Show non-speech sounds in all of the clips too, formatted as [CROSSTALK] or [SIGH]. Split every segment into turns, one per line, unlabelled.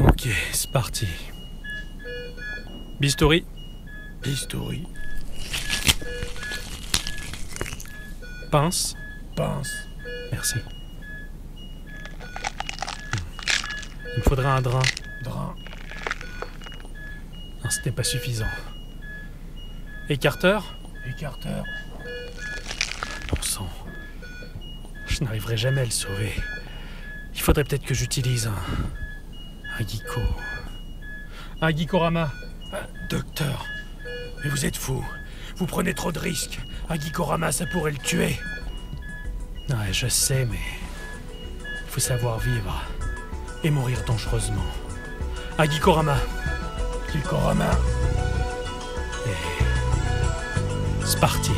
Ok, c'est parti. Bistory.
Bistouri,
Pince.
pince.
Merci. Il me faudrait un drain.
Drain,
Non, c'était pas suffisant. Écarteur
écarteur,
Bon sang. Je n'arriverai jamais à le sauver. Il faudrait peut-être que j'utilise un. un geeko. Un geekorama.
docteur. Mais vous êtes fou. Vous prenez trop de risques. Un Gikorama, ça pourrait le tuer. Ah,
Ouais, je sais, mais. faut savoir vivre. Et mourir dangereusement. Un geekorama.
Gikorama,
C'est parti.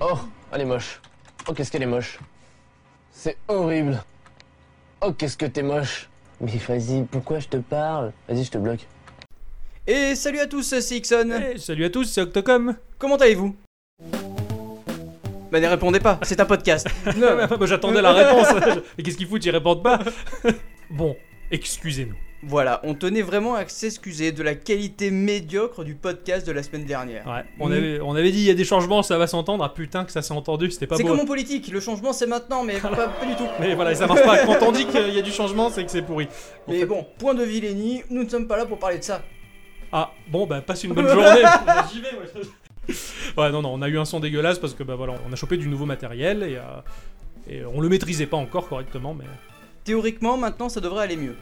Oh, elle est moche. Oh, qu'est-ce qu'elle est moche. C'est horrible. Oh, qu'est-ce que t'es moche. Mais vas-y, pourquoi je te parle Vas-y, je te bloque.
Et salut à tous, c'est Ixon.
Eh, salut à tous, c'est Octocom. [LAUGHS]
Comment allez-vous Bah ne répondez pas, c'est un
[LAUGHS]
podcast. Non.
J'attendais
[LAUGHS]
la réponse. [LAUGHS] Mais qu'est-ce qu'il fout, ils répondent pas. [LAUGHS] bon, excusez-nous.
Voilà, on tenait vraiment à s'excuser de la qualité médiocre du podcast de la semaine dernière.
Ouais, on, avait, on avait dit il y a des changements, ça va s'entendre. Ah putain, que ça s'est entendu, c'était pas
c'est
beau.
comme en politique, le changement c'est maintenant, mais pas, pas du tout.
[LAUGHS] Mais voilà, ça marche pas. Quand on dit qu'il y a du changement, c'est que c'est pourri. En
Mais
fait-
bon, point de vilénie, nous ne sommes pas là pour parler de ça.
Ah, bon, bah passe une bonne
[LAUGHS]
journée.
Bah,
J'y vais, moi. Ouais, non, non, on a eu un son dégueulasse parce que, bah voilà, on a chopé du nouveau matériel et, euh, et on le maîtrisait pas encore correctement, mais.
Théoriquement, maintenant ça devrait aller mieux.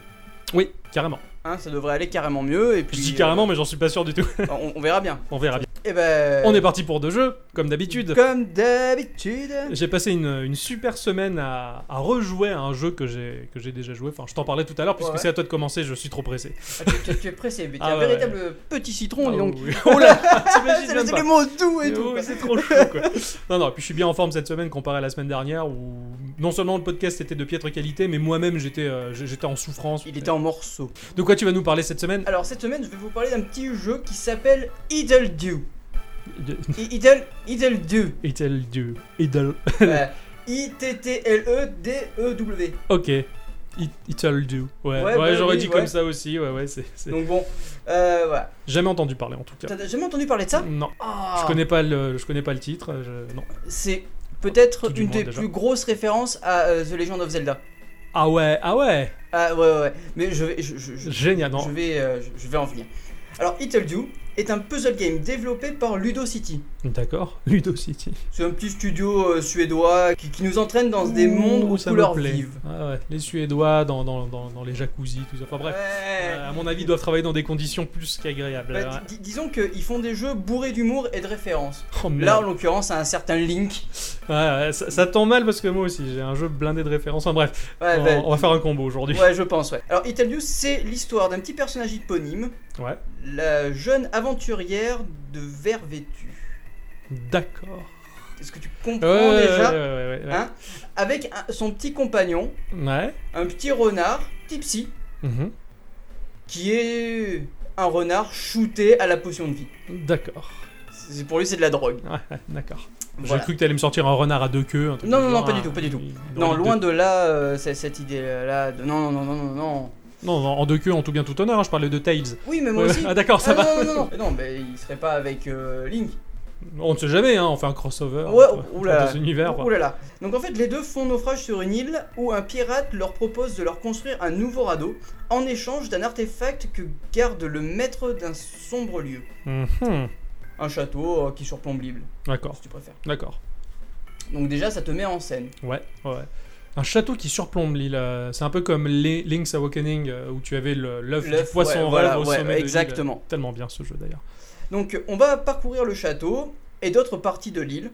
Oui, carrément.
Hein, ça devrait aller carrément mieux, et puis.
Je dis carrément, mais j'en suis pas sûr
[LAUGHS]
du tout.
euh, on, on verra bien.
On verra bien.
Et ben.
On est parti pour deux jeux, comme d'habitude.
Comme d'habitude.
[LAUGHS] J'ai passé une, une super semaine à, à rejouer à un jeu que j'ai que j'ai déjà joué. Enfin, je t'en parlais tout à l'heure, puisque
Ouais.
c'est à toi de commencer, je suis trop pressé.
Ah, tu, tu- tu es pressé, mais t'es
Ah
un
ouais.
véritable petit citron, dis donc.
Ah oui.
Oh là
T'imagines
C'est
même
les
pas.
mots doux et
Mais
tout.
oui,
quoi.
c'est trop chaud quoi. [LAUGHS] Non, non, et puis je suis bien en forme cette semaine comparé à la semaine dernière où non seulement le podcast était de piètre qualité, mais moi-même j'étais euh, j- j'étais en souffrance.
Il était en morceaux.
De quoi tu vas nous parler cette semaine
Alors cette semaine, je vais vous parler d'un petit jeu qui s'appelle Idle Do.
De- [LAUGHS]
I- Idle, Idle Do.
Itel du Idol.
Euh, E I-T-T-L-E-D-E-W.
[LAUGHS] Ok. It- Itel du. Ouais,
Ouais,
ouais,
bah
j'aurais
oui,
dit
ouais.
comme ça aussi. Ouais, ouais, c'est. c'est-
Donc bon, euh, voilà.
Jamais entendu parler en tout cas.
T'as t'as jamais entendu parler de ça
Non,
Ah,
je connais pas le, je connais pas le titre. je- Non.
C'est
Tout
peut-être
du
une
moins,
des
déjà.
plus grosses références à euh, The Legend of Zelda.
Ah ouais, ah ouais.
Ah ouais ouais, ouais. mais je vais, je, je- je-
Génial. Non.
je vais, euh, je, je vais en venir. Alors Idle Do est un puzzle game développé par Ludo City.
D'accord. [LAUGHS] Ludo City.
C'est un petit studio euh, suédois qui, qui nous entraîne dans des mondes
Ouh,
aux
ça me
couleurs
plaît.
vives.
Ah ouais. Les Suédois dans, dans, dans, dans les jacuzzis, tout ça. Enfin bref.
Ouais.
Euh, à mon avis, ils doivent hein. travailler dans des conditions plus qu'agréables.
Bah,
Ouais.
di- di- disons qu'ils font des jeux bourrés d'humour et de références.
Oh, merde.
Là, en l'occurrence, un certain Link.
Ouais, ouais, ça, ça tombe mal parce que moi aussi j'ai un jeu blindé de références. Enfin bref,
Ouais,
on,
bah,
on va faire un combo aujourd'hui.
ouais, je pense, ouais. Alors, Italius, c'est l'histoire d'un petit personnage hyponyme,
Ouais.
la jeune aventurière de verre vêtu.
D'accord.
Est-ce que tu
Ouais,
comprends
ouais,
déjà
ouais, ouais, ouais, ouais.
hein Avec un- son petit compagnon,
Ouais.
un petit renard, Tipsy,
Mhm.
qui est un renard shooté à la potion de vie.
D'accord.
C'est- Pour lui, c'est de la drogue.
Ouais, ouais, d'accord.
Voilà.
J'ai cru que t'allais me sortir un renard à deux queues. un truc
Non,
du
non,
genre, hein.
non, pas
un-
du tout, pas du tout.
une
Non,
envie de-
loin de là, euh, c'est- cette idée-là. De... Non, non, non, non, non, non.
Non, non, en deux queues, en tout bien tout honneur. hein, je parlais de Tails.
Oui, mais moi
Ouais,
aussi.
[LAUGHS] Ah d'accord, ça
Ah,
va.
non, non, non, non. Mais non, mais il serait pas avec euh, Link.
On ne sait jamais, hein, on fait un crossover.
Ouais,
entre- entre
oula.
deux univers. quoi.
Oh là là. Donc en fait, les deux font naufrage sur une île où un pirate leur propose de leur construire un nouveau radeau en échange d'un artefact que garde le maître d'un sombre lieu.
Mhm.
Un château euh, qui surplombe l'île,
D'accord,
si tu préfères.
d'accord.
Donc déjà, ça te met en scène.
Ouais, ouais. Un château qui surplombe l'île. euh, C'est un peu comme Li- Link's Awakening euh, où tu avais le- l'œuf du
L'œuf,
poisson
ouais,
rêve
voilà,
au
ouais,
sommet de l'île.
exactement.
Tellement bien ce jeu d'ailleurs.
Donc on va parcourir le château et d'autres parties de l'île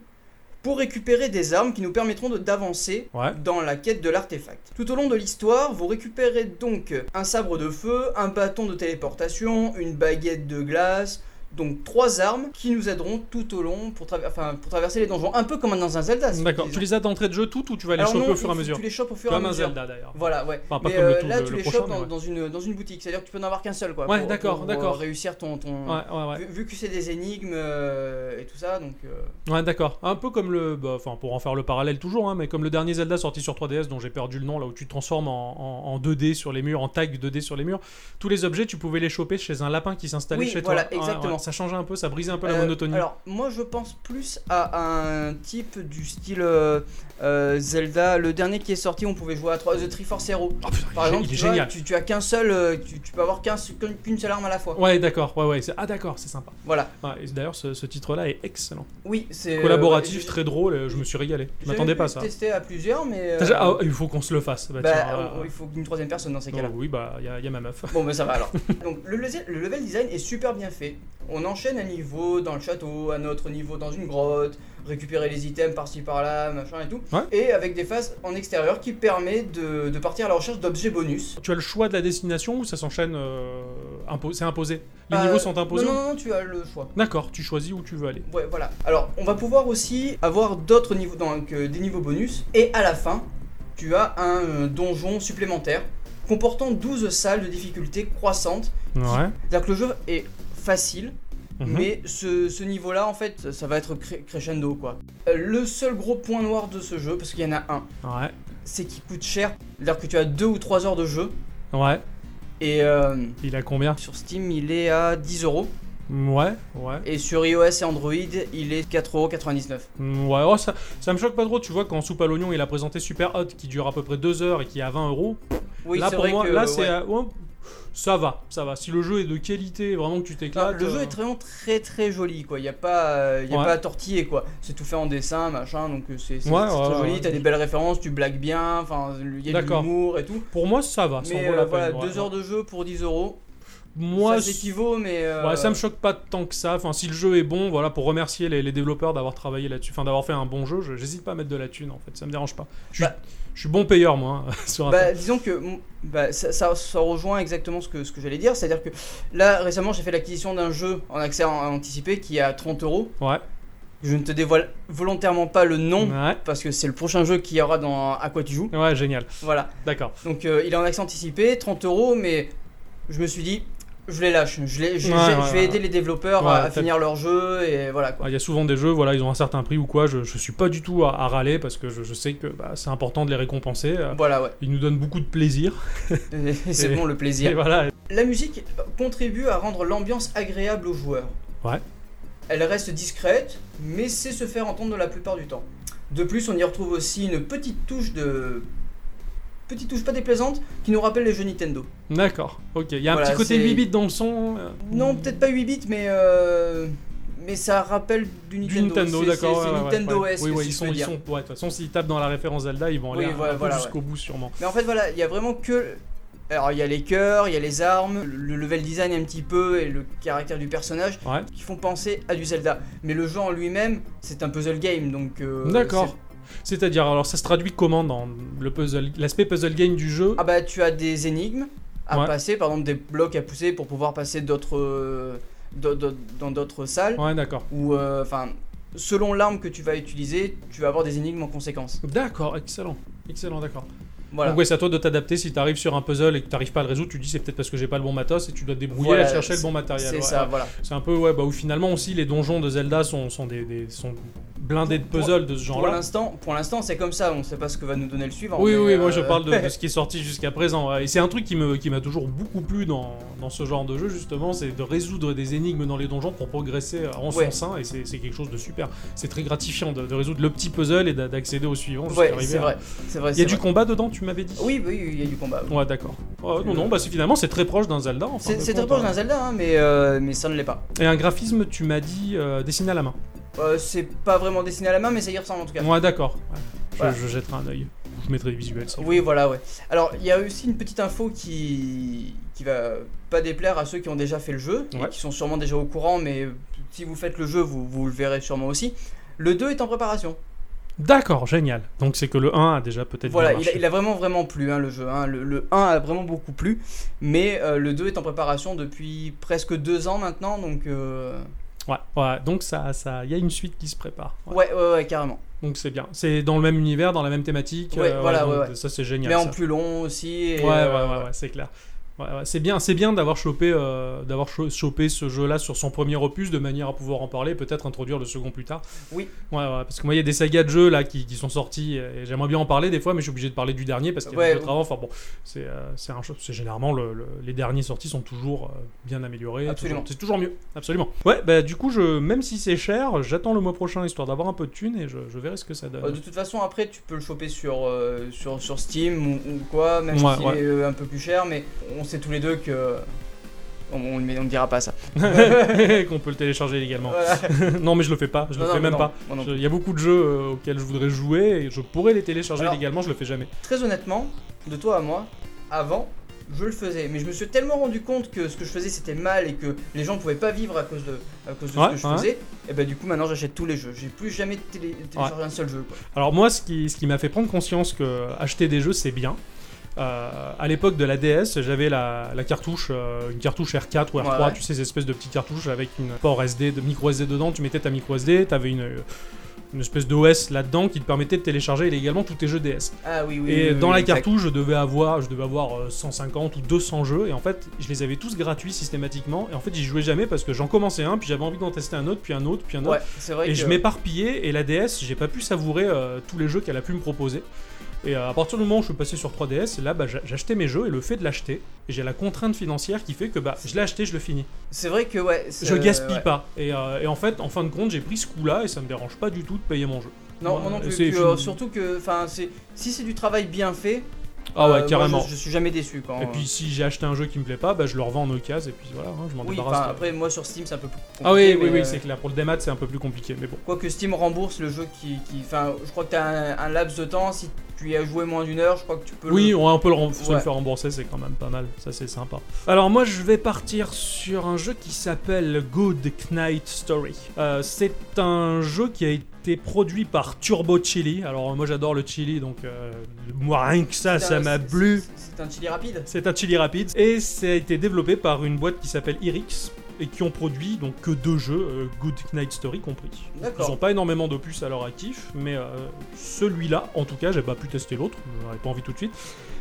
pour récupérer des armes qui nous permettront de- d'avancer
Ouais.
dans la quête de l'artefact. Tout au long de l'histoire, vous récupérez donc un sabre de feu, un bâton de téléportation, une baguette de glace, donc trois armes qui nous aideront tout au long pour, traver- enfin, pour traverser les donjons. Un peu comme dans un Zelda. si
D'accord.
tu
Tu
dis.
les as d'entrée de jeu toutes ou tu vas les
Alors
choper
non,
au fur et à
tu-
mesure
Tu les chopes au fur et à
Comme un
mesure.
Zelda d'ailleurs.
Voilà, ouais.
Enfin, pas
mais
comme le
euh,
tour-
là,
le-
tu
le
les
prochain,
chopes dans,
mais ouais.
dans une, dans une boutique. C'est-à-dire que tu peux en avoir qu'un seul, quoi.
Ouais,
pour-
d'accord,
pour,
d'accord.
euh, réussir ton. ton...
Ouais, ouais, ouais.
Vu, vu que c'est des énigmes euh, et tout ça, donc. euh,
Ouais, d'accord. Un peu comme le. bah, Enfin, pour en faire le parallèle toujours, hein, mais comme le dernier Zelda sorti sur 3DS, dont j'ai perdu le nom, là où tu te transformes en, en- en 2D sur les murs, en tag 2D sur les murs, tous les objets, tu pouvais les choper chez un lapin qui s'installait
Oui,
chez
voilà,
toi. Ah Ouais,
exactement.
ouais, Ça changeait un peu, ça brisait un peu la
Euh,
monotonie.
Alors, moi, je pense plus à un type du style euh, euh, Zelda. Le dernier qui est sorti, on pouvait jouer à 3 The Triforce Hero.
Oh, putain, il est
Par
gé-
exemple,
il est
tu, vois,
génial.
tu, tu as qu'un seul, euh, tu, tu peux avoir qu'un seul- qu'une seule arme à la fois.
Ouais, d'accord, ouais, ouais. c'est- Ah, d'accord, c'est sympa.
Voilà.
Ouais, et D'ailleurs, ce, ce titre-là est excellent.
Oui, c'est
Collaboratif,
euh, j'ai-
très drôle, euh, je me suis régalé. Je
j'ai
m'attendais
pu
pas à
le
ça.
Tester à plusieurs, mais. euh,
T'as déjà- Ah, il faut qu'on se le fasse. Bah,
bah,
tiens,
oh,
euh,
il faut une troisième personne dans ces
oh,
cas-là.
oui, bah, il y, a- y a ma meuf.
Bon, mais ça va alors. [LAUGHS] Donc, le, lese- le level design est super bien fait. On enchaîne un niveau dans le château, un autre niveau dans une grotte, récupérer les items par-ci par-là, machin et tout.
Ouais.
Et avec des phases en extérieur qui permet de, de partir à la recherche d'objets bonus.
Tu as le choix de la destination ou ça s'enchaîne euh, impo- C'est imposé Les
Euh,
niveaux sont
Non,
imposés ou-
non, non, tu as le choix.
D'accord, tu choisis où tu veux aller.
Ouais, voilà. Alors, on va pouvoir aussi avoir d'autres niveaux, donc euh, des niveaux bonus. Et à la fin, tu as un euh, donjon supplémentaire comportant 12 salles de difficulté croissante. Ouais. C'est-à-dire que le jeu est facile,
Mhm.
Mais ce, ce niveau-là, en fait, ça va être cré- crescendo, quoi. Euh, Le seul gros point noir de ce jeu, parce qu'il y en a un,
Ouais.
c'est qu'il coûte cher. C'est-à-dire que tu as 2 ou 3 heures de jeu,
Ouais.
et euh,
Il a combien
sur Steam, il est à 10 euros,
Ouais. Ouais.
et sur iOS et Android, il est 4,99€.
Mm, Ouais. Oh, ça, ça me choque pas trop. Tu vois, quand Soupe à l'oignon, il a présenté Super Hot qui dure à peu près 2 heures et qui est à 20 euros.
Oui,
là,
c'est
pour
vrai
moi,
que,
là,
ouais.
c'est. euh, ouais, ça va, ça va. Si le jeu est de qualité, vraiment que tu
Non,
t'éclates.
Ah, le jeu
euh,
est vraiment très très joli quoi, il n'y a, pas, euh, y a
Ouais.
pas à tortiller quoi, c'est tout fait en dessin machin donc euh, c'est c'est-
Ouais,
c'est
ouais,
très
ouais,
joli,
ouais.
t'as des belles références, tu blagues bien, enfin il y a de
D'accord. Bah,
l'humour et tout.
Pour moi, ça va. ça en
Mais
vaut
euh,
la
voilà,
peine, ouais,
2
ouais.
heures de jeu pour 10 euros,
Moi,
ça s'équivaut, mais. euh,
Ouais, ça me choque pas tant que ça. Enfin, si le jeu est bon, voilà, pour remercier les, les développeurs d'avoir travaillé là-dessus, enfin d'avoir fait un bon jeu, je- j'hésite pas à mettre de la thune en fait, ça me dérange pas. Je suis,
Bah-
je suis bon payeur moi, hein, [LAUGHS] sur
Bah,
Internet.
disons que mm, bah, ça, ça- ça rejoint exactement ce que, ce que j'allais dire, c'est-à-dire que là récemment j'ai fait l'acquisition d'un jeu en accès an- anticipé qui est à 30 euros.
Ouais.
Je ne te dévoile volontairement pas le nom
Ouais,
parce que c'est le prochain jeu qu'il y aura dans À quoi tu joues.
ouais, génial.
Voilà.
D'accord.
Donc euh, il est en accès anticipé, 30 euros, mais je me suis dit, je les lâche, je, les, je, je-
Ouais, ouais,
je
ouais.
vais aider les développeurs
Ouais,
à, à
t'as-
finir leur jeu et voilà
Ah, Il
quoi.
y a souvent des jeux, voilà, ils ont un certain prix ou quoi. Je, je suis pas du tout à, à râler parce que je, je sais que bah, c'est important de les récompenser. euh,
Voilà, ouais. [LAUGHS]
Ils nous donnent beaucoup de plaisir.
c'est
Et-
bon le plaisir.
Et voilà.
La musique contribue à rendre l'ambiance agréable aux joueurs.
Ouais.
Elle reste discrète, mais sait se faire entendre la plupart du temps. De plus, on y retrouve aussi une petite touche de. Petite touche pas déplaisante qui nous rappelle les jeux Nintendo.
D'accord. Ok. Il y a un
Voilà,
petit côté
c'est-
8 bits dans le son. euh,
Non, peut-être pas 8 bits, mais. euh, Mais ça rappelle du
Du
Nintendo.
Nintendo,
C'est-
d'accord.
c'est-
ouais,
C'est
ouais,
Nintendo
ouais.
OS,
Oui,
que
oui,
si
ils
je
sont,
peux
ils
dire.
sont. Ouais, de toute façon, s'ils tapent dans la référence Zelda, ils vont aller
Oui,
un- un
voilà,
peu
voilà,
jusqu'au bout sûrement.
Mais en fait, voilà, il y a vraiment que. Alors, il y a les cœurs, il y a les armes, le level design un petit peu et le caractère du personnage
Ouais.
qui font penser à du Zelda. Mais le jeu en lui-même, c'est un puzzle game, donc. euh,
D'accord.
c'est-
C'est-à-dire, alors ça se traduit comment dans le puzzle, l'aspect puzzle game du jeu
Ah bah, tu as des énigmes à
Ouais.
passer, par exemple des blocs à pousser pour pouvoir passer d'autres. euh, d'au- d'au- dans d'autres salles,
Ouais, d'accord.
ou. euh, Enfin, selon l'arme que tu vas utiliser, tu vas avoir des énigmes en conséquence.
D'accord, excellent. Excellent, d'accord.
Voilà.
Donc ouais, c'est à toi de t'adapter. Si t'arrives sur un puzzle et que t'arrives pas à le résoudre, tu dis c'est peut-être parce que j'ai pas le bon matos et tu dois te débrouiller
Voilà,
à chercher le bon matériel.
C'est
ouais.
ça, voilà.
C'est un peu ouais, bah où finalement aussi les donjons de Zelda sont, sont des, des- sont blindés de puzzles de ce
Pour
genre-là.
l'instant, pour l'instant, c'est comme ça. On sait pas ce que va nous donner le suivant.
Oui,
mais,
oui, moi
euh,
je
[LAUGHS]
parle de, de ce qui est sorti jusqu'à présent. ouais. Et c'est un truc qui me- qui m'a toujours beaucoup plu dans, dans ce genre de jeu, justement, c'est de résoudre des énigmes dans les donjons pour progresser en
Ouais.
son sein, et c'est c'est quelque chose de super. C'est très gratifiant de, de résoudre le petit puzzle et d'a- d'accéder au suivant jusqu'à
Ouais,
arriver
c'est
à-
vrai. C'est vrai.
hein. Il y a
c'est
du
vrai.
combat dedans, tu m'avais dit
Oui, oui, il y a du combat. oui.
Ouais, d'accord. Oh, non, non, bah c'est- finalement c'est très proche d'un Zelda. en fin
C'est
de
c'est très
compte,
proche
hein.
d'un Zelda, hein, mais, euh, mais ça ne l'est pas.
Et un graphisme, tu m'as dit, euh, dessiné à la main.
Euh, c'est pas vraiment dessiné à la main, mais ça y ressemble en tout cas.
Ouais, d'accord. Ouais. Je,
Voilà.
je jetterai un œil. Je mettrai les visuels. si-
Oui, voilà, ouais. Alors, il y a aussi une petite info qui qui va pas déplaire à ceux qui ont déjà fait le jeu, et
Ouais.
qui sont sûrement déjà au courant, mais si vous faites le jeu, vous, vous le verrez sûrement aussi. Le 2 est en préparation.
D'accord, génial. Donc c'est que le 1 a déjà peut-être
Voilà,
bien
il a,
marché.
il a vraiment vraiment plu hein, le jeu. hein. Le, le 1 a vraiment beaucoup plu, mais euh, le 2 est en préparation depuis presque deux ans maintenant, donc euh,
Ouais, ouais, donc ça, ça, il y a une suite qui se prépare. Ouais.
ouais, ouais, ouais, carrément.
Donc c'est bien. C'est dans le même univers, dans la même thématique. euh,
Ouais, voilà,
donc
ouais, ouais.
Ça c'est génial.
mais en
ça.
plus long aussi. et,
Ouais,
euh,
ouais, ouais, ouais, c'est clair. Ouais, ouais, c'est bien, c'est bien d'avoir chopé, euh, d'avoir cho- chopé ce jeu-là sur son premier opus de manière à pouvoir en parler, peut-être introduire le second plus tard.
Oui.
Ouais, ouais, parce que moi il y a des sagas de jeux là qui, qui sont sortis euh, et j'aimerais bien en parler des fois, mais je suis obligé de parler du dernier parce qu'il y
Ouais,
a d'autres
ouais.
avant. Enfin bon, c'est euh, c'est un cho- c'est généralement le- le- les derniers sorties sont toujours euh, bien améliorés.
Absolument.
toujours- C'est toujours mieux. Absolument. Ouais, bah du coup je, même si c'est cher, j'attends le mois prochain histoire d'avoir un peu de thunes et je, je verrai ce que ça donne.
euh, de toute façon, après, tu peux le choper sur, euh, sur, sur Steam ou, ou quoi, même
Ouais,
s'il
ouais.
est euh, un peu plus cher, mais on sait tous les deux que. On on ne dira pas ça.
[LAUGHS] Qu'on peut le télécharger légalement.
[LAUGHS] Voilà.
non mais je le fais pas, je le
Non, non,
fais même
non,
pas.
non, non.
Je- Il y a beaucoup de jeux euh, auxquels je voudrais jouer et je pourrais les télécharger
Alors-
légalement, je le fais jamais.
Très honnêtement, de toi à moi, avant, je le faisais. Mais je me suis tellement rendu compte que ce que je faisais c'était mal et que les gens pouvaient pas vivre à cause de, à cause de
Ouais,
ce que je
ouais.
faisais. Et bah du coup maintenant j'achète tous les jeux. J'ai plus jamais télé- téléchargé un seul jeu. Quoi.
Alors moi, ce qui, ce qui m'a fait prendre conscience que euh, acheter des jeux, c'est bien. Euh, à l'époque de la DS, j'avais la, la cartouche, euh, une cartouche R4 ou R3,
Ouais, ouais.
tu sais, ces espèces de petites cartouches avec une port SD, de micro SD dedans. Tu mettais ta micro SD, t'avais une, euh, une espèce d'OS là-dedans qui te permettait de télécharger légalement tous tes jeux DS.
Ah oui oui.
Et
oui, oui,
dans la
exact.
cartouche, je devais avoir, je devais avoir euh, 150 ou 200 jeux, et en fait, je les avais tous gratuits systématiquement. Et en fait, j'y jouais jamais parce que j'en commençais un, puis j'avais envie d'en tester un autre, puis un autre, puis un autre.
Ouais, c'est vrai
et
que
je m'éparpillais. Et la DS, j'ai pas pu savourer euh, tous les jeux qu'elle a pu me proposer. Et euh, à partir du moment où je suis passé sur 3DS, là, bah, j'a- j'achetais mes jeux, et le fait de l'acheter, j'ai la contrainte financière qui fait que bah, je l'ai acheté, je le finis.
c'est vrai que ouais. c'est-
Je gaspille
ouais.
pas. Et, euh, et en fait, en fin de compte, j'ai pris ce coup-là, et ça me dérange pas du tout de payer mon jeu.
Non,
Ouais,
moi non plus.
c'est
puis, euh,
fini.
surtout que, enfin, c'est si c'est du travail bien fait.
Ah
euh,
ouais,
moi,
carrément.
je, je suis jamais déçu hein. quand.
Et puis si j'ai acheté un jeu qui me plaît pas, bah, je le revends en occasion et puis voilà, hein, je m'en
oui,
débarrasse.
enfin,
quoi.
après moi sur Steam c'est un peu plus.
ah
compliqué,
oui, oui,
mais,
oui,
euh,
c'est clair. Pour le démat, c'est un peu plus compliqué, mais bon.
Quoique Steam rembourse le jeu qui. qui- Enfin, je crois que t'as un, un laps de temps. Si tu y as joué moins d'une heure, je crois que tu peux. le-
Oui, on, on peut le, rem- se le
Ouais.
faire rembourser, c'est quand même pas mal. Ça, c'est sympa. Alors moi, je vais partir sur un jeu qui s'appelle Good Knight Story. Euh, c'est un jeu qui a été produit par Turbo Chili. Alors euh, moi, j'adore le chili, donc euh, moi rien que ça,
C'est
ça
un-
m'a
c'est-
plu.
c'est- C'est un chili rapide.
C'est un chili rapide et ça a été développé par une boîte qui s'appelle Irix et qui ont produit donc que deux jeux, euh, Good Knight Story compris. Ils
D'accord.
n'ont pas énormément d'opus à leur actif, mais euh, celui-là, en tout cas, j'ai pas pu tester l'autre, j'aurais pas envie tout de suite.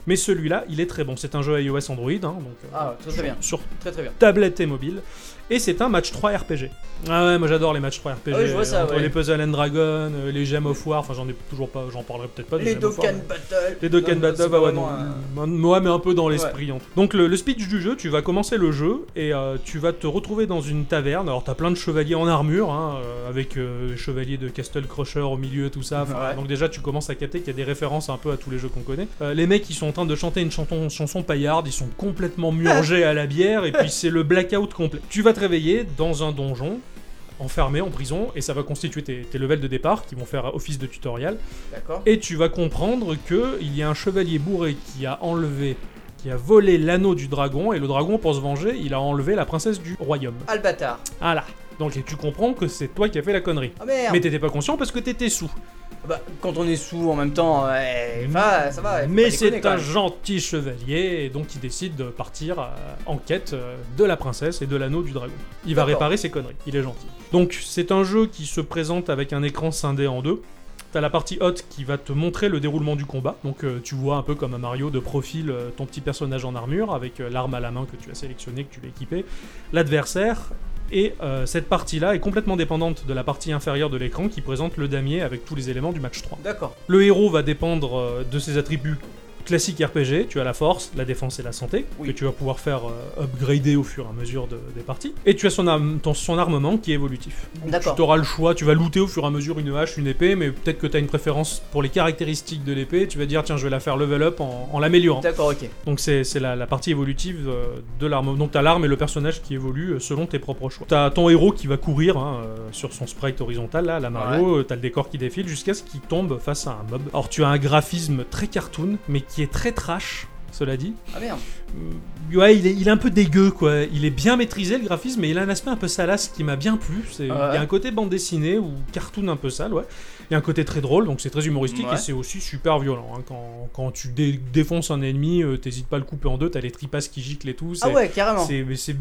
Mais celui-là, il est très bon. C'est un jeu iOS Android, hein, donc euh,
Ah, très très bien.
sur
Très très bien.
tablette et mobile. Et c'est un match 3 RPG. Ah ouais, moi j'adore les matchs 3 RPG.
Ah ouais, je vois ça,
Entre
ouais.
Les Puzzle and Dragon, euh, les Gems of War, enfin j'en ai toujours pas, j'en parlerai peut-être pas. des
Les
Gems of War,
Dokkan
mais-
Battle.
les Dokkan
Non,
Battle,
c'est
bah ouais,
vraiment
non.
un-
Un- ouais, mais un peu dans l'esprit. en tout. Donc le, le speech du jeu, tu vas commencer le jeu et euh, tu vas te retrouver dans une taverne. Alors t'as plein de chevaliers en armure, hein, euh, avec euh, les chevaliers de Castle Crusher au milieu, tout ça. Enfin,
Ouais.
Donc déjà tu commences à capter qu'il y a des références un peu à tous les jeux qu'on connaît. Euh, les mecs ils sont en train de chanter une chanton- chanson paillarde, ils sont complètement murgés à la bière et puis c'est le blackout complet. Tu vas te réveiller dans un donjon enfermé en prison et ça va constituer tes, tes levels de départ qui vont faire office de tutoriel
D'accord.
et tu vas comprendre que il y a un chevalier bourré qui a enlevé, qui a volé l'anneau du dragon, et le dragon, pour se venger, il a enlevé la princesse du royaume.
Ah le bâtard.
Voilà. Donc et tu comprends que c'est toi qui as fait la connerie.
Ah merde.
Mais t'étais pas conscient parce que t'étais sous.
Bah, quand on est sous en même temps, ouais, va, ça va. faut pas déconner,
Mais c'est
quand
un
même.
gentil chevalier, et donc il décide de partir euh, en quête euh, de la princesse et de l'anneau du dragon. Il va
D'accord.
réparer ses conneries, il est gentil. Donc c'est un jeu qui se présente avec un écran scindé en deux. T'as la partie haute qui va te montrer le déroulement du combat. Donc euh, tu vois un peu comme un Mario de profil euh, ton petit personnage en armure avec euh, l'arme à la main que tu as sélectionnée, que tu vas équiper, l'adversaire. Et euh, cette partie-là est complètement dépendante de la partie inférieure de l'écran qui présente le damier avec tous les éléments du match 3.
D'accord.
Le héros va dépendre euh, de ses attributs classiques RPG, tu as la force, la défense et la santé,
Oui.
que tu vas pouvoir faire euh, upgrader au fur et à mesure de- des parties, et tu as son, arme- ton- son armement qui est évolutif. Tu
D'accord.
auras le choix, tu vas looter au fur et à mesure une hache, une épée, mais peut-être que tu as une préférence pour les caractéristiques de l'épée, tu vas dire tiens je vais la faire level up en, en l'améliorant.
D'accord, ok.
Donc c'est c'est la, la partie évolutive euh, de l'arme. Donc t'as l'arme et le personnage qui évoluent euh, selon tes propres choix. T'as ton héros qui va courir hein, euh, sur son sprite horizontal, là, la Mario, euh, t'as le décor qui défile jusqu'à ce qu'il tombe face à un mob. Or tu as un graphisme très cartoon, mais qui est très trash. cela dit.
Ah merde.
Mm, Ouais, il est, il est un peu dégueu, quoi. Il est bien maîtrisé, le graphisme, mais il a un aspect un peu salace qui m'a bien plu. C'est- Il
Ah
y
ouais.
a un côté bande dessinée ou cartoon un peu sale, ouais. Il y a un côté très drôle, donc c'est très humoristique
Ouais.
et c'est aussi super violent. hein. Quand, quand tu dé- défonces un ennemi, euh, t'hésites pas à le couper en deux, t'as les tripasses qui giclent et tout.
Ah
c'est-
ouais, carrément.
c'est- mais c'est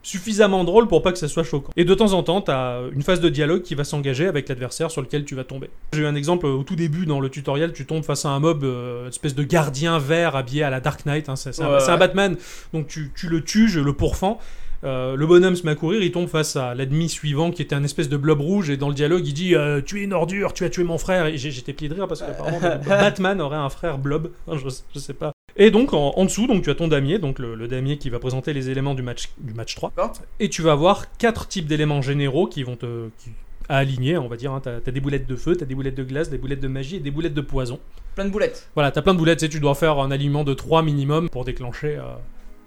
suffisamment drôle pour pas que ça soit choquant. Et de temps en temps, t'as une phase de dialogue qui va s'engager avec l'adversaire sur lequel tu vas tomber. J'ai eu un exemple euh, au tout début dans le tutoriel, tu tombes face à un mob, euh, une espèce de gardien vert habillé à la Dark Knight, hein, c'est c'est un,
Ouais,
c'est un
ouais.
Batman, donc tu, tu le tues, je le pourfends. Euh, le bonhomme se met à courir, il tombe face à l'ennemi suivant qui était un espèce de blob rouge et dans le dialogue il dit euh, tu es une ordure, tu as tué mon frère et j'ai- j'étais plié de rire parce
[LAUGHS]
que apparemment, Batman aurait un frère blob, Enfin, je, je sais pas. Et donc en, en dessous donc tu as ton damier, donc le, le damier qui va présenter les éléments du match du match 3
D'accord.
et tu vas avoir quatre types d'éléments généraux qui vont te qui- à aligner, on va dire, hein. t'as t'as des boulettes de feu, t'as des boulettes de glace, des boulettes de magie et des boulettes de poison.
Plein de boulettes.
Voilà, t'as plein de boulettes, tu sais, tu dois faire un alignement de 3 minimum pour déclencher euh,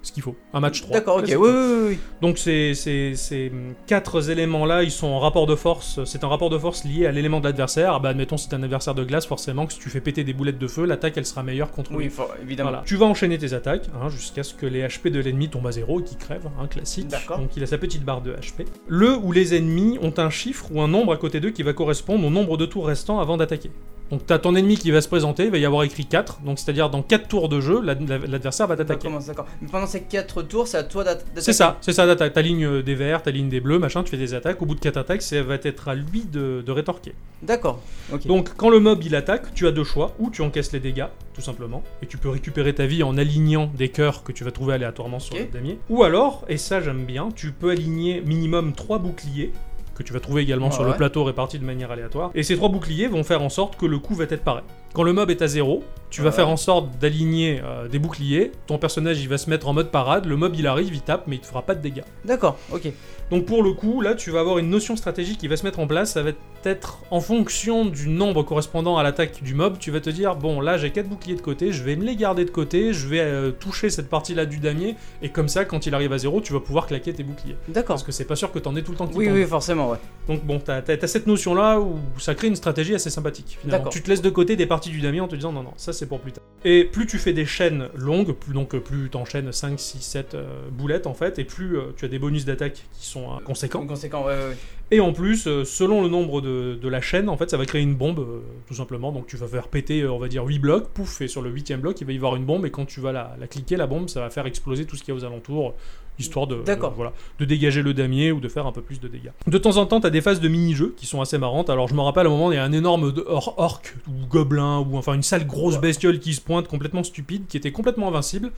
ce qu'il faut, un match 3.
D'accord, ok. Oui,
Ouais,
oui, oui, oui.
donc ces, ces- ces quatre éléments-là, ils sont en rapport de force. C'est un rapport de force lié à l'élément de l'adversaire. Ah Bah, admettons, si t'es un adversaire de glace, forcément, que si tu fais péter des boulettes de feu, l'attaque, elle sera meilleure contre
Oui,
lui.
faut- évidemment.
Voilà. Tu vas enchaîner tes attaques hein, jusqu'à ce que les HP de l'ennemi tombent à zéro et qu'il crève, hein, classique.
D'accord.
Donc il a sa petite barre de HP. Le ou les ennemis ont un chiffre ou un nombre à côté d'eux qui va correspondre au nombre de tours restants avant d'attaquer. Donc t'as ton ennemi qui va se présenter, il va y avoir écrit 4, donc c'est-à-dire dans 4 tours de jeu, l'ad- l'adversaire va
D'accord,
t'attaquer.
commence, d'accord. Mais pendant ces 4 tours, c'est à toi d'atta- d'attaquer.
C'est ça, c'est ça, t'as ta ligne des verts, ta ligne des bleus, machin, tu fais des attaques, au bout de 4 attaques, ça va être à lui de, de rétorquer.
D'accord. Ok.
Donc quand le mob il attaque, tu as deux choix, ou tu encaisses les dégâts, tout simplement, et tu peux récupérer ta vie en alignant des cœurs que tu vas trouver aléatoirement sur
Ok.
le damier, ou alors, et ça j'aime bien, tu peux aligner minimum 3 boucliers, que tu vas trouver également
Ouais,
sur le
ouais.
plateau répartis de manière aléatoire, et ces 3 boucliers vont faire en sorte que le coup va être pareil. Quand le mob est à zéro, tu vas
Ouais.
faire en sorte d'aligner euh, des boucliers, ton personnage il va se mettre en mode parade, le mob il arrive, il tape, mais il te fera pas de dégâts.
D'accord, ok.
Donc pour le coup, là, tu vas avoir une notion stratégique qui va se mettre en place. Ça va être en fonction du nombre correspondant à l'attaque du mob. Tu vas te dire, bon, là, j'ai quatre boucliers de côté, je vais me les garder de côté, je vais euh, toucher cette partie-là du damier, et comme ça, quand il arrive à zéro, tu vas pouvoir claquer tes boucliers.
D'accord.
Parce que c'est pas sûr que t'en aies tout le temps qui
Oui,
tombe.
oui, forcément, ouais.
Donc bon, t'as t'as- t'as cette notion-là où ça crée une stratégie assez sympathique. Finalement.
D'accord.
Tu te laisses de côté des parties du damier en te disant non, non, ça c'est pour plus tard. Et plus tu fais des chaînes longues, plus donc euh, plus t'enchaînes 5, 6, 7 euh, boulettes en fait, et plus euh, tu as des bonus d'attaque qui sont euh, conséquents.
Donc, Conséquent, ouais, ouais, ouais.
Et en plus, euh, selon le nombre de, de la chaîne, en fait, ça va créer une bombe, euh, tout simplement. Donc tu vas faire péter, euh, on va dire, 8 blocs, pouf, et sur le huitième bloc, il va y avoir une bombe, et quand tu vas la, la cliquer, la bombe, ça va faire exploser tout ce qu'il y a aux alentours, histoire de,
D'accord.
de- voilà, de dégager le damier ou de faire un peu plus de dégâts. De temps en temps, t'as des phases de mini-jeux qui sont assez marrantes. Alors je me rappelle, à un moment, il y a un énorme de- or- orc, ou gobelin, ou enfin une sale grosse bestiole qui se pointe, complètement stupide, qui était complètement invincible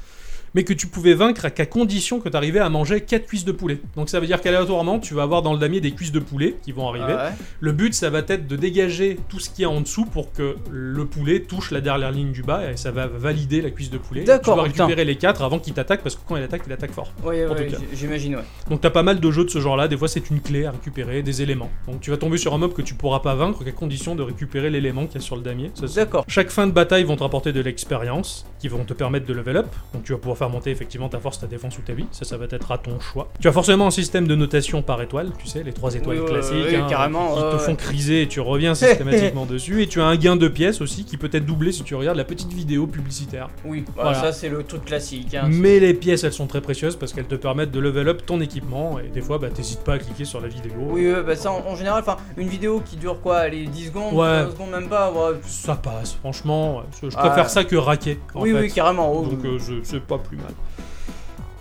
mais que tu pouvais vaincre à qu'à condition que tu arrivais à manger 4 cuisses de poulet. Donc ça veut dire qu'aléatoirement, tu vas avoir dans le damier des cuisses de poulet qui vont arriver.
Ah ouais.
Le but, ça va être de dégager tout ce qu'il y a en dessous pour que le poulet touche la dernière ligne du bas et ça va valider la cuisse de poulet.
D'accord,
Tu vas récupérer
putain.
les 4 avant qu'il t'attaque parce que quand il attaque, il attaque fort.
Ouais,
En
ouais,
tout cas.
j- j'imagine, ouais.
Donc t'as pas mal de jeux de ce genre-là, des fois c'est une clé à récupérer, des éléments. Donc tu vas tomber sur un mob que tu pourras pas vaincre qu'à condition de récupérer l'élément qu'il y a sur le damier. Ça, c'est-
D'accord.
chaque fin de bataille vont te rapporter de l'expérience, qui vont te permettre de level up. Donc tu vas pouvoir faire monter effectivement ta force, ta défense ou ta vie. Ça, ça va être à ton choix. Tu as forcément un système de notation par étoile, tu sais, les trois étoiles
Oui, ouais,
classiques.
ouais,
hein,
carrément,
Qui
ouais,
te
ouais.
font criser et
[LAUGHS]
tu reviens systématiquement dessus. Et tu as un gain de pièces aussi qui peut être doublé si tu regardes la petite vidéo publicitaire.
Oui, bah,
Voilà.
ça, c'est le truc classique. Hein.
Mais les pièces, elles sont très précieuses parce qu'elles te permettent de level up ton équipement. Et des fois, bah, t'hésites pas à cliquer sur la vidéo.
Oui, ouais, bah ça en, en général, enfin, une vidéo qui dure quoi Les 10 secondes,
Ouais.
15 secondes, même pas. ouais.
Ça passe, franchement. ouais. Je je
Ah.
préfère ça que raquer. en
Oui,
fait.
oui, carrément. oh,
Donc
oui.
euh, je- c'est pas plus mal.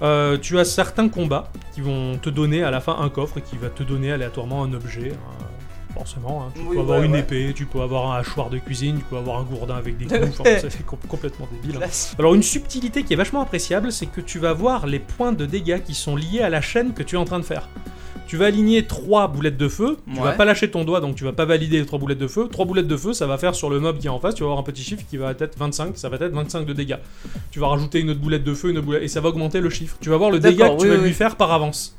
Euh, tu as certains combats qui vont te donner à la fin un coffre et qui va te donner aléatoirement un objet. hein, forcément, hein. tu
Oui, bah
peux avoir
ouais,
une
ouais.
épée, tu peux avoir un hachoir de cuisine, tu peux avoir un gourdin avec
[LAUGHS]
des coups. enfin, c'est com- complètement débile. hein.
Classe.
Alors une subtilité qui est vachement appréciable, c'est que tu vas voir les points de dégâts qui sont liés à la chaîne que tu es en train de faire. Tu vas aligner trois boulettes de feu, tu
Ouais.
vas pas lâcher ton doigt donc tu vas pas valider les trois boulettes de feu. Trois boulettes de feu, ça va faire sur le mob qui est en face, tu vas avoir un petit chiffre qui va être 25, ça va être 25 de dégâts. Tu vas rajouter une autre boulette de feu, une autre boulette et ça va augmenter le chiffre. Tu vas voir le dégât
D'accord,
que tu
oui,
vas
oui.
lui faire par avance.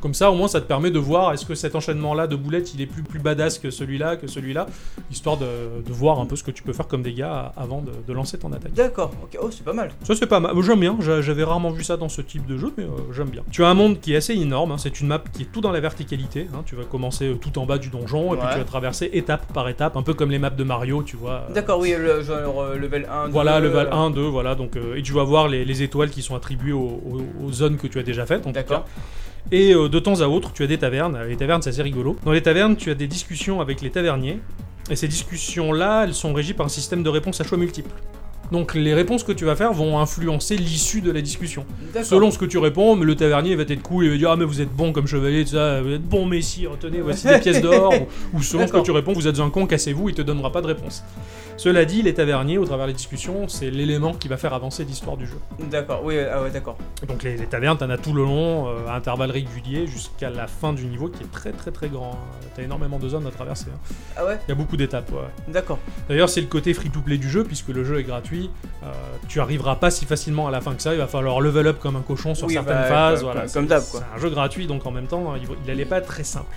Comme ça, au moins, ça te permet de voir est-ce que cet enchaînement-là de boulettes, il est plus, plus badass que celui-là, que celui-là, histoire de, de voir un peu ce que tu peux faire comme dégâts euh, avant de, de lancer ton attaque.
D'accord, ok, oh, c'est pas mal.
Ça c'est pas mal, j'aime bien, J'a- j'avais rarement vu ça dans ce type de jeu, mais euh, j'aime bien. Tu as un monde qui est assez énorme, hein. c'est une map qui est tout dans la verticalité, hein. tu vas commencer euh, tout en bas du donjon, et puis
Ouais.
tu vas traverser étape par étape, un peu comme les maps de Mario, tu vois. euh,
D'accord, oui, le, genre euh, level 1.
Voilà,
deux,
level
euh,
1, 2, voilà, donc, euh, et tu vas voir les, les étoiles qui sont attribuées aux, aux- aux zones que tu as déjà faites, en tout
D'accord.
cas. Et euh, de temps à autre, tu as des tavernes, les tavernes c'est assez rigolo. Dans les tavernes, tu as des discussions avec les taverniers, et ces discussions-là, elles sont régies par un système de réponses à choix multiples. Donc les réponses que tu vas faire vont influencer l'issue de la discussion.
D'accord.
Selon ce que tu réponds, mais le tavernier il va être cool, il va dire ah mais vous êtes bon comme chevalier, tout ça, vous êtes bon messire, tenez voici des pièces d'or, ou, ou selon ce que
D'accord.
tu réponds, vous êtes un con, cassez-vous, il te donnera pas de réponse. Cela dit, les taverniers, au travers des discussions, c'est l'élément qui va faire avancer l'histoire du jeu.
D'accord, oui, ah ouais, d'accord.
Donc les, les tavernes, t'en as tout le long, euh, à intervalles réguliers, jusqu'à la fin du niveau qui est très très très grand. hein. T'as énormément de zones à traverser. hein.
Ah ouais,
Il y a beaucoup d'étapes. ouais.
d'accord.
D'ailleurs, c'est le côté free-to-play du jeu, puisque le jeu est gratuit. euh, tu arriveras pas si facilement à la fin que ça. Il va falloir level up comme un cochon sur
Oui,
certaines
bah,
phases.
comme-
voilà,
comme-
c'est-
comme d'hab,
C'est
quoi.
un jeu gratuit, donc en même temps, il- il allait pas être très simple.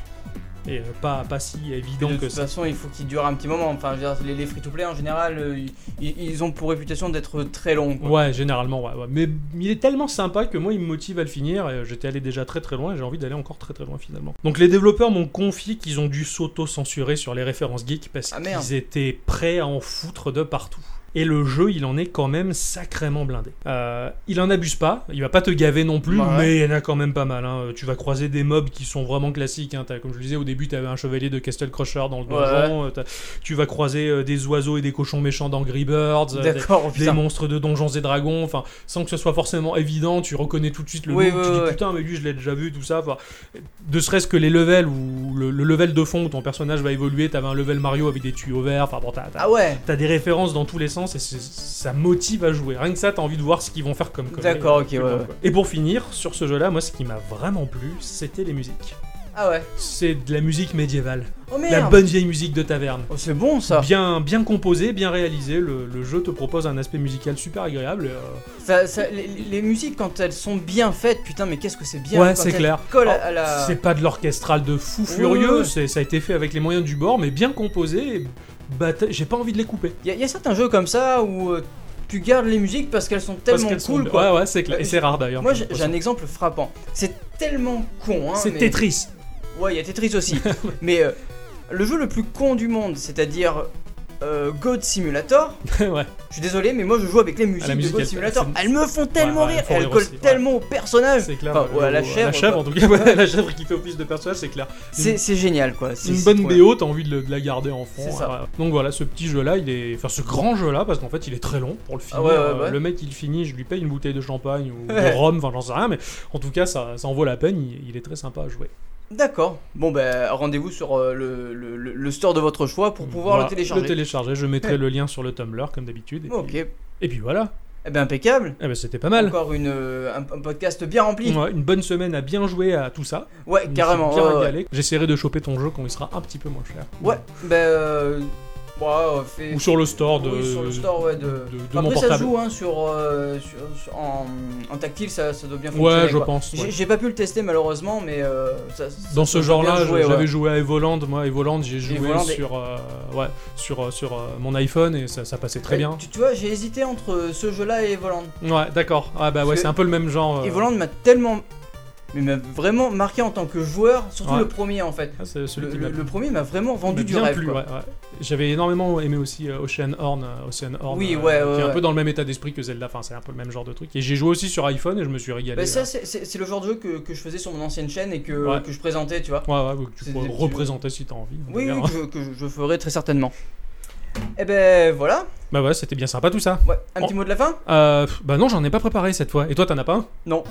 Et euh, pas, pas si évident
de
que
toute
ça.
façon, il faut qu'il dure un petit moment. Enfin, je veux dire, les, les free-to-play en général, euh, ils, ils ont pour réputation d'être très longs. quoi.
Ouais, généralement, ouais, ouais. Mais il est tellement sympa que moi, il me motive à le finir. et, euh, J'étais allé déjà très très loin et j'ai envie d'aller encore très très loin finalement. Donc les développeurs m'ont confié qu'ils ont dû s'auto-censurer sur les références geeks parce
Ah, merde.
qu'ils étaient prêts à en foutre de partout. Et le jeu, il en est quand même sacrément blindé. Euh, il en abuse pas, il va pas te gaver non plus,
Ouais.
mais il y en a quand même pas mal. hein. Euh, Tu vas croiser des mobs qui sont vraiment classiques. hein. T'as- Comme je le disais au début, t'avais un chevalier de Castle Crusher dans le
Ouais, ouais.
donjon. euh, t'as- Tu vas croiser euh, des oiseaux et des cochons méchants dans Angry Birds. euh, des-
D'accord, oh,
des
putain.
monstres de donjons et dragons, enfin, sans que ce soit forcément évident, tu reconnais tout de suite le
Oui,
nom,
oui,
tu dis
oui,
putain, mais lui je l'ai déjà vu, tout ça. Enfin, de serait-ce que les levels ou le, le level de fond où ton personnage va évoluer, t'avais un level Mario avec des tuyaux verts, enfin bon, t'as, t'as-
Ah ouais,
t'as des références dans tous les sens et c'est- ça motive à jouer. Rien que ça, t'as envie de voir ce qu'ils vont faire comme conneries,
D'accord,
euh,
ok,
plus
ouais,
loin,
ouais.
quoi. Et pour finir, sur ce jeu-là, moi ce qui m'a vraiment plu, c'était les musiques.
ah ouais.
C'est de la musique médiévale,
Oh
la
merde.
bonne vieille musique de taverne.
Oh, c'est bon ça.
Bien, bien composé, bien réalisé, le, le jeu te propose un aspect musical super agréable. et, euh,
Ça- ça- les, les musiques, quand elles sont bien faites, putain, mais qu'est-ce que c'est bien.
Ouais,
quand
c'est
elles
clair.
collent à-
Oh,
à la.
C'est pas de l'orchestral de fou
Oui,
furieux,
oui, oui.
c'est- ça a été fait avec les moyens du bord, mais bien composé. et bata- J'ai pas envie de les couper.
Il y, a- y a certains jeux comme ça où euh, tu gardes les musiques parce qu'elles sont
Parce
tellement cool
qu'elles sont-
quoi.
Ouais, ouais, c'est clair. Et c'est rare d'ailleurs.
Moi
j'ai
j'ai j'ai un
l'impression.
exemple frappant. C'est tellement con hein.
C'est
mais-
Tetris. [LAUGHS]
Ouais, il y a Tetris aussi. mais euh, le jeu le plus con du monde, c'est-à-dire euh, God Simulator,
ouais.
je suis désolé mais moi je joue avec les musiques
Ah, la musique,
de God
elle-
Simulator.
elle-
Elles me font tellement
ouais, elles
rire,
font
elles
rire
collent
aussi, ouais.
tellement au personnage.
C'est clair.
Enfin,
euh,
ouais,
le-
la chèvre,
en tout cas. ouais, la chèvre qui fait office de personnage, c'est clair.
C'est c'est génial quoi. C'est-
Une
c'est
bonne
trop bien.
BO, t'as envie de, le- de la garder en fond.
C'est ça.
ouais. Donc voilà, ce petit jeu-là, il est. Enfin, ce grand jeu-là, parce qu'en fait, il est très long pour le finir.
Ah ouais, ouais,
Euh,
ouais.
Le mec, il finit, je lui paye une bouteille de champagne ou
Ouais.
de rhum, enfin, j'en sais rien, mais en tout cas, ça, ça en vaut la peine. Il, il est très sympa à jouer.
D'accord. Bon ben rendez-vous sur euh, le, le- le- le store de votre choix pour pouvoir
Voilà,
le télécharger.
Le télécharger, je mettrai le lien sur le Tumblr comme d'habitude. et
ok.
puis- Et puis voilà,
Eh ben impeccable.
eh ben, c'était pas mal.
Encore une, euh, un, un podcast bien rempli. Ouais,
Ouais, une bonne semaine à bien jouer à tout ça. Je me suis
carrément.
bien
ouais, ouais.
régalé. J'essaierai de choper ton jeu quand il sera un petit peu moins cher.
Ouais, bah. Euh, ouais, euh, fait-
Ou sur le store de.
Oui, sur le store, ouais, de.
de- de
Après,
mon
ça
portable.
se joue hein, sur, euh, sur- sur- en, en tactile, ça, ça doit bien fonctionner.
Ouais, je
quoi.
pense.
J'ai
ouais.
j'ai pas pu le tester malheureusement, mais euh, ça, ça-
Dans
ça
ce
doit
genre-là,
bien jouer,
je- j'avais
ouais.
joué à Evoland. Moi, Evoland, j'ai joué
Evoland et-
sur, euh, ouais, sur, euh, sur euh, mon iPhone et ça, ça passait très
Ouais,
bien.
Tu, tu vois, j'ai hésité entre ce jeu-là et Voland.
Ouais, d'accord. Ah bah
Parce
ouais,
que
c'est un peu le même genre. euh.
Et Voland m'a tellement. Mais m'a vraiment marqué en tant que joueur, surtout
Ouais.
le premier en fait.
Ah, c'est celui
Le,
qui
le-
m'a
le premier m'a vraiment vendu
m'a
du
bien
rêve.
plu,
quoi.
ouais, ouais. J'avais énormément aimé aussi euh, Ocean Horn, euh, Ocean Horn,
Oui,
euh,
ouais, ouais,
qui est un
ouais.
peu dans le même état d'esprit que Zelda. Enfin, c'est un peu le même genre de truc. Et j'ai joué aussi sur iPhone et je me suis régalé.
Bah,
euh.
ça, c'est- c'est c'est le genre de jeu que, que je faisais sur mon ancienne chaîne et que,
Ouais.
que je présentais, tu vois.
Ouais, ouais, que tu
C'est
pourrais
des petits-
représenter si t'as envie.
Oui,
d'ailleurs.
oui, que, je, que je- je ferai très certainement. Eh ben voilà,
Bah ouais, c'était bien sympa tout ça.
Ouais, Oh. un
Bon.
petit mot de la fin
Euh, bah non, j'en ai pas préparé cette fois. Et toi, t'en as pas un
Non.